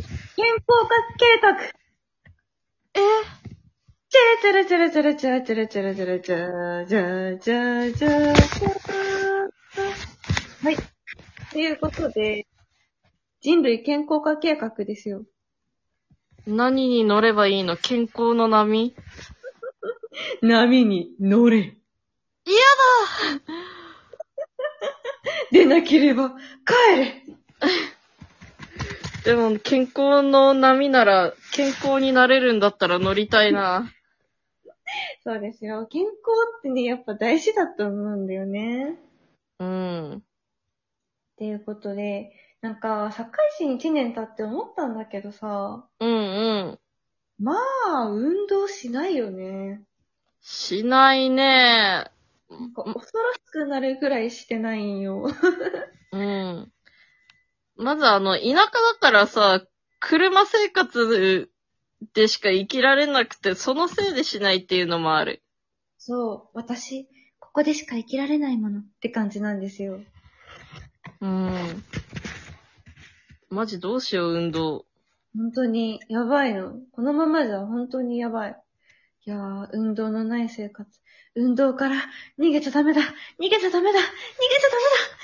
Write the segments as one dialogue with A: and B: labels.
A: フォーカス計画。
B: え
A: チェルチェルチェルチェルチェルチェルチェルチェルチェルチェルチェルチェルはい。ということで、人類健康化計画ですよ。
B: 何に乗ればいいの健康の波
A: 波に乗れ。
B: 嫌
A: でなければ帰れ。
B: だでも、健康の波なら、健康になれるんだったら乗りたいな。
A: そうですよ。健康ってね、やっぱ大事だと思うんだよね。
B: うん。
A: っていうことで、なんか、堺市に1年経って思ったんだけどさ、
B: うんうん。
A: まあ、運動しないよね。
B: しないね
A: なんか恐ろしくなるぐらいしてないんよ。
B: うん。まずあの、田舎だからさ、車生活でしか生きられなくて、そのせいでしないっていうのもある。
A: そう、私、ここでしか生きられないものって感じなんですよ。
B: うん。マジどうしよう、運動。
A: 本当に、やばいの。このままじゃ本当にやばい。いやー、運動のない生活。運動から逃げちゃダメだ逃げちゃダメだ逃げちゃダメだ逃げちゃダメだ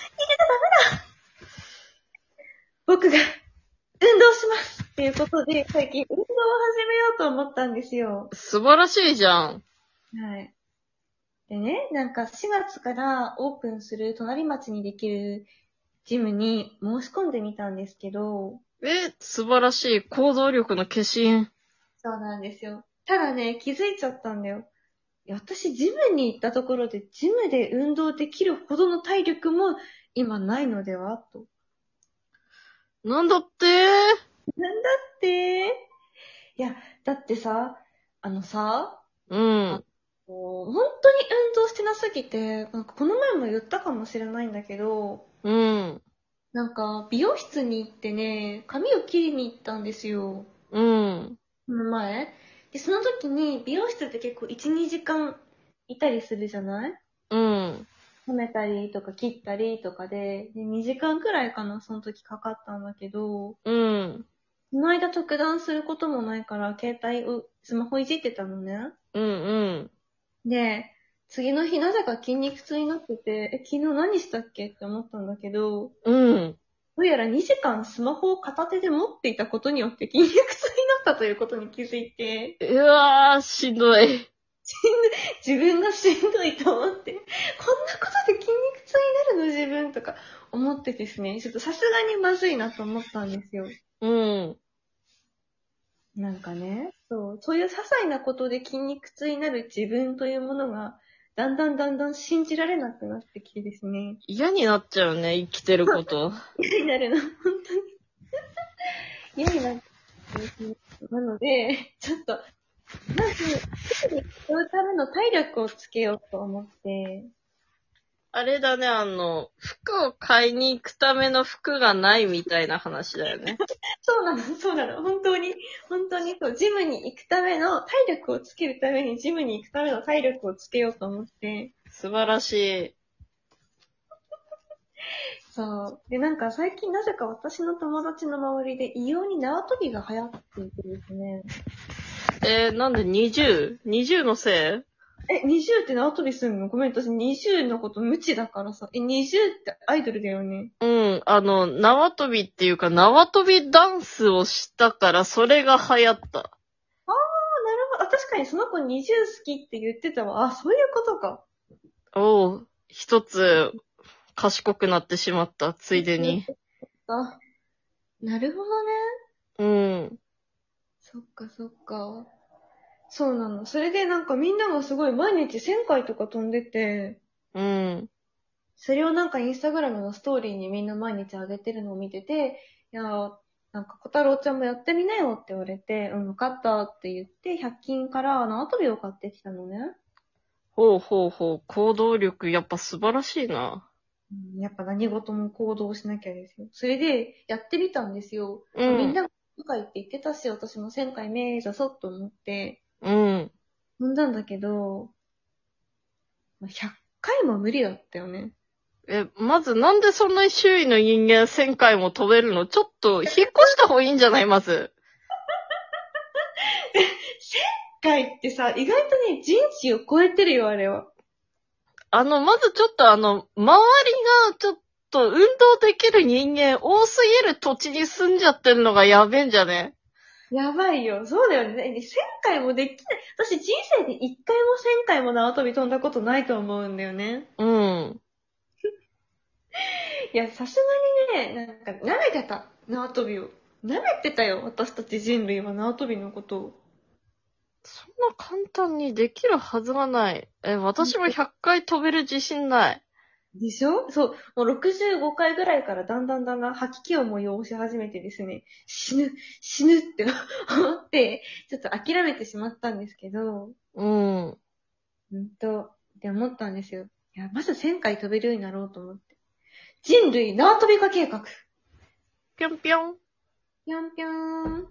A: 僕が、運動しますっていうことで、最近運動を始めようと思ったんですよ。
B: 素晴らしいじゃん。
A: はい。でね、なんか4月からオープンする隣町にできるジムに申し込んでみたんですけど、
B: え、素晴らしい。行動力の化身。
A: そうなんですよ。ただね、気づいちゃったんだよ。いや私、ジムに行ったところで、ジムで運動できるほどの体力も今ないのではと。
B: なんだって
A: なんだっていや、だってさ、あのさ、
B: うん。
A: こう本当に運動してなすぎて、なんかこの前も言ったかもしれないんだけど、
B: うん。
A: なんか、美容室に行ってね、髪を切りに行ったんですよ。
B: うん。
A: この前。で、その時に、美容室って結構1、2時間いたりするじゃない
B: うん。
A: 褒めたりとか切ったりとかで、で、2時間くらいかな、その時かかったんだけど、
B: うん。
A: その間特段することもないから、携帯を、スマホいじってたのね。
B: うん。うん。
A: で、次の日なぜか筋肉痛になってて、え、昨日何したっけって思ったんだけど、
B: うん。
A: どうやら2時間スマホを片手で持っていたことによって筋肉痛になったということに気づいて、
B: うわー、しんどい。
A: 自分がしんどいと思って、こんなことで筋肉痛になるの自分とか思ってですね、ちょっとさすがにまずいなと思ったんですよ。
B: うん。
A: なんかね、そう、そういう些細なことで筋肉痛になる自分というものが、だんだんだんだん信じられなくなってきてですね、
B: 嫌になっちゃうね、生きてること。
A: 嫌になるの、本当に。嫌になるなので、ちょっと、まず、すぐに使うための体力をつけようと思って、
B: あれだね、あの、服を買いに行くための服がないみたいな話だよね。
A: そうなの、そうなの、本当に、本当に、そう、ジムに行くための、体力をつけるために、ジムに行くための体力をつけようと思って、
B: 素晴らしい。
A: そう。で、なんか最近なぜか私の友達の周りで異様に縄跳びが流行っていてですね。
B: えー、なんで 20?20 のせ
A: え、20って縄跳びすんのごめん、私20のこと無知だからさ。え、20ってアイドルだよね。
B: いうん、あの、縄跳びっていうか、縄跳びダンスをしたから、それが流行っ
A: あ、
B: た。
A: なるほど。あ確かにその子20好きって言ってたわ。あ、そういうことか。
B: おう、一つ、賢くなってしまった、ついでに。
A: あ、なるほどね。
B: うん。
A: そっかそっか。そうなの。それでなんかみんながすごい毎日1000回とか飛んでて、
B: うん。
A: それをなんかインスタグラムのストーリーにみんな毎日上げてるのを見てて、いやー、なんか小太郎ちゃんもやってみなよって言われて、うん、分かったって言って、100均から縄跳びを買ってきたのね。
B: ほうほうほう、行動力、やっぱ素晴らしいな。
A: うんやっぱ何事も行動しなきゃですよ。それで、やってみたんですよ。
B: う
A: みん
B: ん。
A: なが1000回って言ってたし、私も1000回目指そうと思って、
B: うん。
A: 飲んだんだけど、まあ100回も無理だったよね。
B: え、まずなんでそんなに周囲の人間1000回も飛べるのちょっと、引っ越した方がいいんじゃないまず。
A: 界ってさ、意外とね、人知を超えてるよ、あれは。
B: あの、まずちょっとあの、周りがちょっと運動できる人間多すぎる土地に住んじゃってるのがやべえんじゃね
A: やばいよ。そうだよね。1000回もできない。私人生で1回も1000回も縄跳び飛んだことないと思うんだよね。
B: うん。
A: いや、さすがにね、なんか、舐めてた。縄跳びを。舐めてたよ。私たち人類は縄跳びのことを。
B: そんな簡単にできるはずがない。え、私も100回飛べる自信ない。
A: でしょそう。もう65回ぐらいからだんだんだんだん吐き気を催し始めてですね、死ぬ、死ぬって思って、ちょっと諦めてしまったんですけど、
B: うん。
A: うんと、って思ったんですよ。いや、まず1000回飛べるようになろうと思って。人類縄跳び化計画。
B: ぴょんぴょん。
A: ぴょんぴょーん。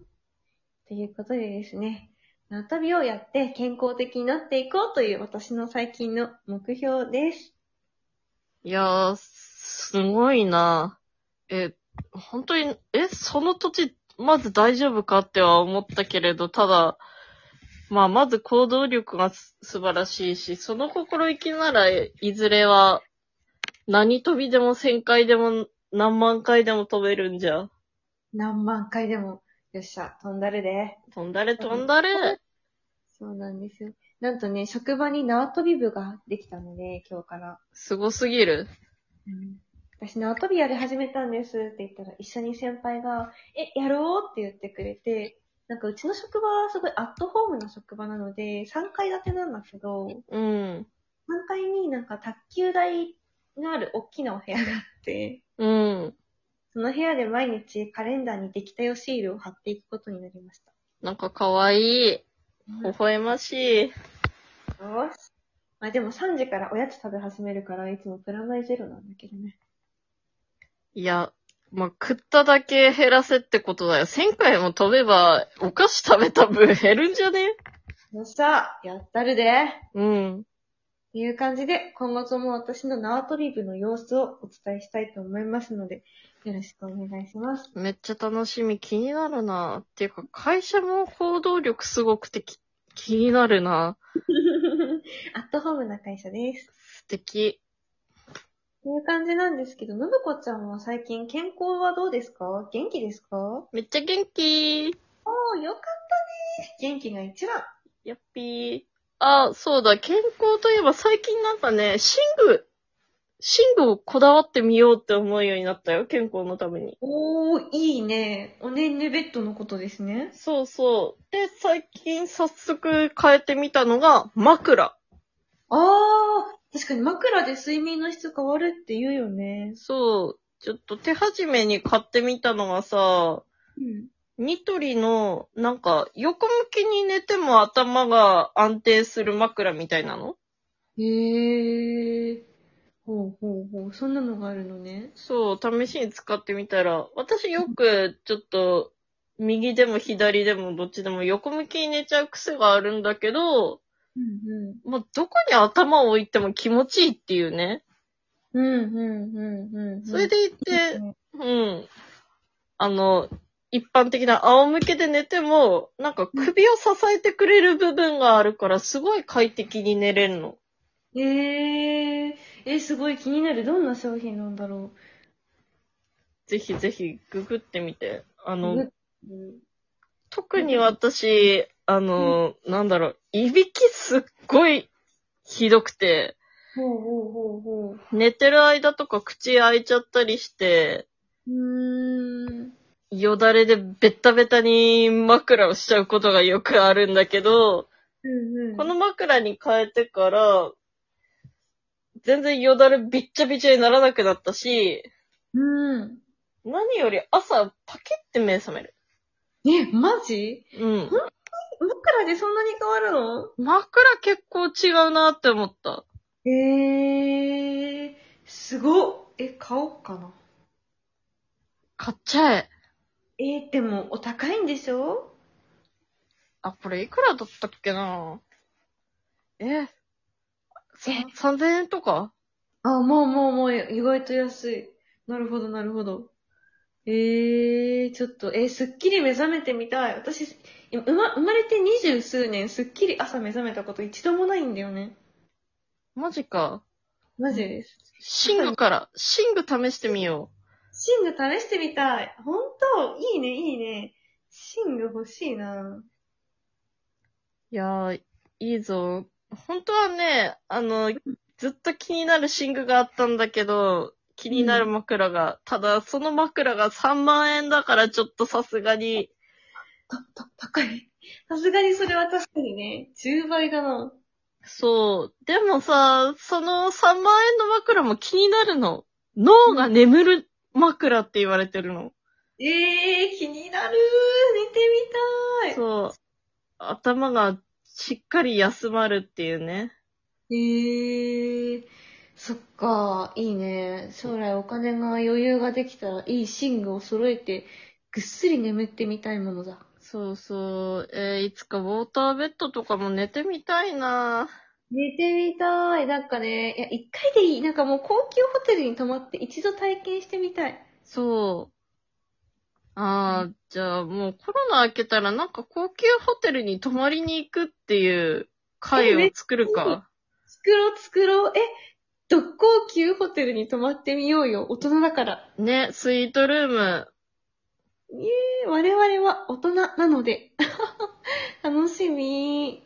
A: ということでですね、縄跳びをやって健康的になっていこうという私の最近の目標です。
B: いやー、すごいな。え、本当に、え、その土地、まず大丈夫かっては思ったけれど、ただ、まあ、まず行動力がす素晴らしいし、その心意気なら、えいずれは、何飛びでも1000回でも何万回でも飛べるんじゃ。
A: 何万回でも、よっしゃ、飛んだるで。
B: 飛んだれ飛んだれ。
A: そうなんですよ。なんとね、職場に縄跳び部ができたので、今日から。
B: すごすぎる。
A: 私縄跳びやり始めたんですって言ったら、一緒に先輩が、え、やろうって言ってくれて、なんかうちの職場はすごいアットホームな職場なので、3階建てなんだけど、3
B: うん。
A: 階になんか卓球台のある大きなお部屋があって、
B: うん。
A: その部屋で毎日カレンダーにできたよシールを貼っていくことになりました。
B: なんか可愛い。微笑ましい。
A: よし。まあでも3時からおやつ食べ始めるから、いつもプラマイゼロなんだけどね。
B: いや、まあ、食っただけ減らせってことだよ。1000回も飛べば、お菓子食べた分 減るんじゃね
A: よっしゃやったるで
B: うん。
A: という感じで、今後とも私の縄跳び部の様子をお伝えしたいと思いますので、よろしくお願いし ます。
B: めっちゃ楽しみ。気になるな。っていうか、会社も行動力すごくてき気になるな。
A: アットホームな会社です。
B: 素敵。
A: という感じなんですけど、のぶこちゃんは最近健康はどうですか元気ですかお
B: めっちゃ元気。
A: ー、よかったね元気が一番。
B: やっぴー。あ、そうだ。健康といえば最近なんかね、寝具、寝具をこだわってみようって思うようになったよ。健康のために。
A: おー、いいね。おねんねベッドのことですね。
B: そうそう。で、最近早速変えてみたのが枕。
A: あー、確かに枕で睡眠の質変わるって言うよね。
B: そう。ちょっと手始めに買ってみたのがさ、
A: うん。
B: ニトリの、なんか、横向きに寝ても頭が安定する枕みたいなの
A: へー。ほうほうほう。そんなのがあるのね。
B: そう、試しに使ってみたら、私よく、ちょっと、右でも左でもどっちでも横向きに寝ちゃう癖があるんだけど、
A: うんうん。
B: まあ、どこに頭を置いても気持ちいいっていうね。
A: うんうんうんうんうん。
B: それ
A: で、
B: でいて、うん。あの、一般的な仰向けで寝ても、なんか首を支えてくれる部分があるから、すごい快適に寝れるの。
A: えー、え、すごい気になる。どんな商品なんだろ
B: ぜひぜひ、ググってみて。あ
A: う。
B: の、
A: うん
B: 特に私、あの、なんだろう、いびきすっごいひどくて、
A: ほうほうほうほう。
B: 寝てる間とか口開いちゃったりして、
A: うーん。
B: よだれでベッタベタに枕をしちゃうことがよくあるんだけど、
A: うんうん。
B: この枕に変えてから、全然よだれびっちゃびちゃにならなくなったし、
A: うん。
B: 何より朝パキって目覚める。
A: え、マジ
B: うん。
A: 枕でそんなに変わるの
B: 枕結構違うなって思った。
A: えー、すごっ。え、買おうかな。
B: 買っちゃえ。
A: えー、でも、お高いんでしょ
B: あ、これいくらだったっけなえ、さ
A: え
B: 3000円とか
A: あ、もうもうもう、意外と安い。なるほど、なるほど。ええー、ちょっと、えー、すっきり目覚めてみたい。私、今生ま、生まれて二十数年、すっきり朝目覚めたこと一度もないんだよね。
B: マジか。
A: マジです。
B: シングから、シング試してみよ
A: シング試してみたい。ほんといいね、いいね。シング欲しいな
B: う。いやー、いいぞ。本当はね、あの、ずっと気になるシングがあったんだけど、気になる枕が、ただその枕が3万円だからちょっとさすがに、
A: た、た、高い。さすがにそれは確かにね、10倍だな。
B: そう。でもさ、その3万円の枕も気になるの。脳が眠る枕って言われてるの。
A: ええー、気になる寝てみたい。
B: そう。頭がしっかり休まるっていうね。
A: ええー、そっか、いいね。将来お金が余裕ができたら、いい寝具を揃えて、ぐっすり眠ってみたいものだ。
B: そうそう。えーいつかウォーターベッドとかも寝てみたいな
A: 寝てみたい。なんかね、いや、一回でいい。なんかもう高級ホテルに泊まって一度体験してみたい。
B: そう。ああ、じゃあもうコロナ明けたらなんか高級ホテルに泊まりに行くっていう会を作
A: え
B: る
A: めっちゃいい
B: か。
A: 作ろう作ろう。え、ど高級ホテルに泊まってみようよ。大人だから。
B: ね、スイートルーム。
A: えー我々は大人なので。 楽しみ。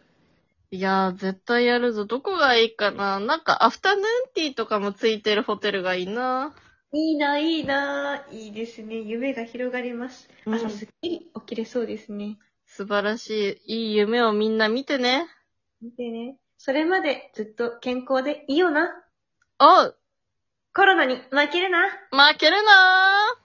B: いやー、絶対やるぞ。どこがいいかななんか、アフタヌーンティーとかもついてるホテルがいいない
A: いな、いいな。いいですね。夢が広がります。
B: うん
A: 朝すっきり起きれそうですね。
B: 素晴らしい。いい夢をみんな見てね。
A: 見てね。それまでずっと健康でいいよな。
B: おう
A: コロナに負けるな。
B: 負けるなー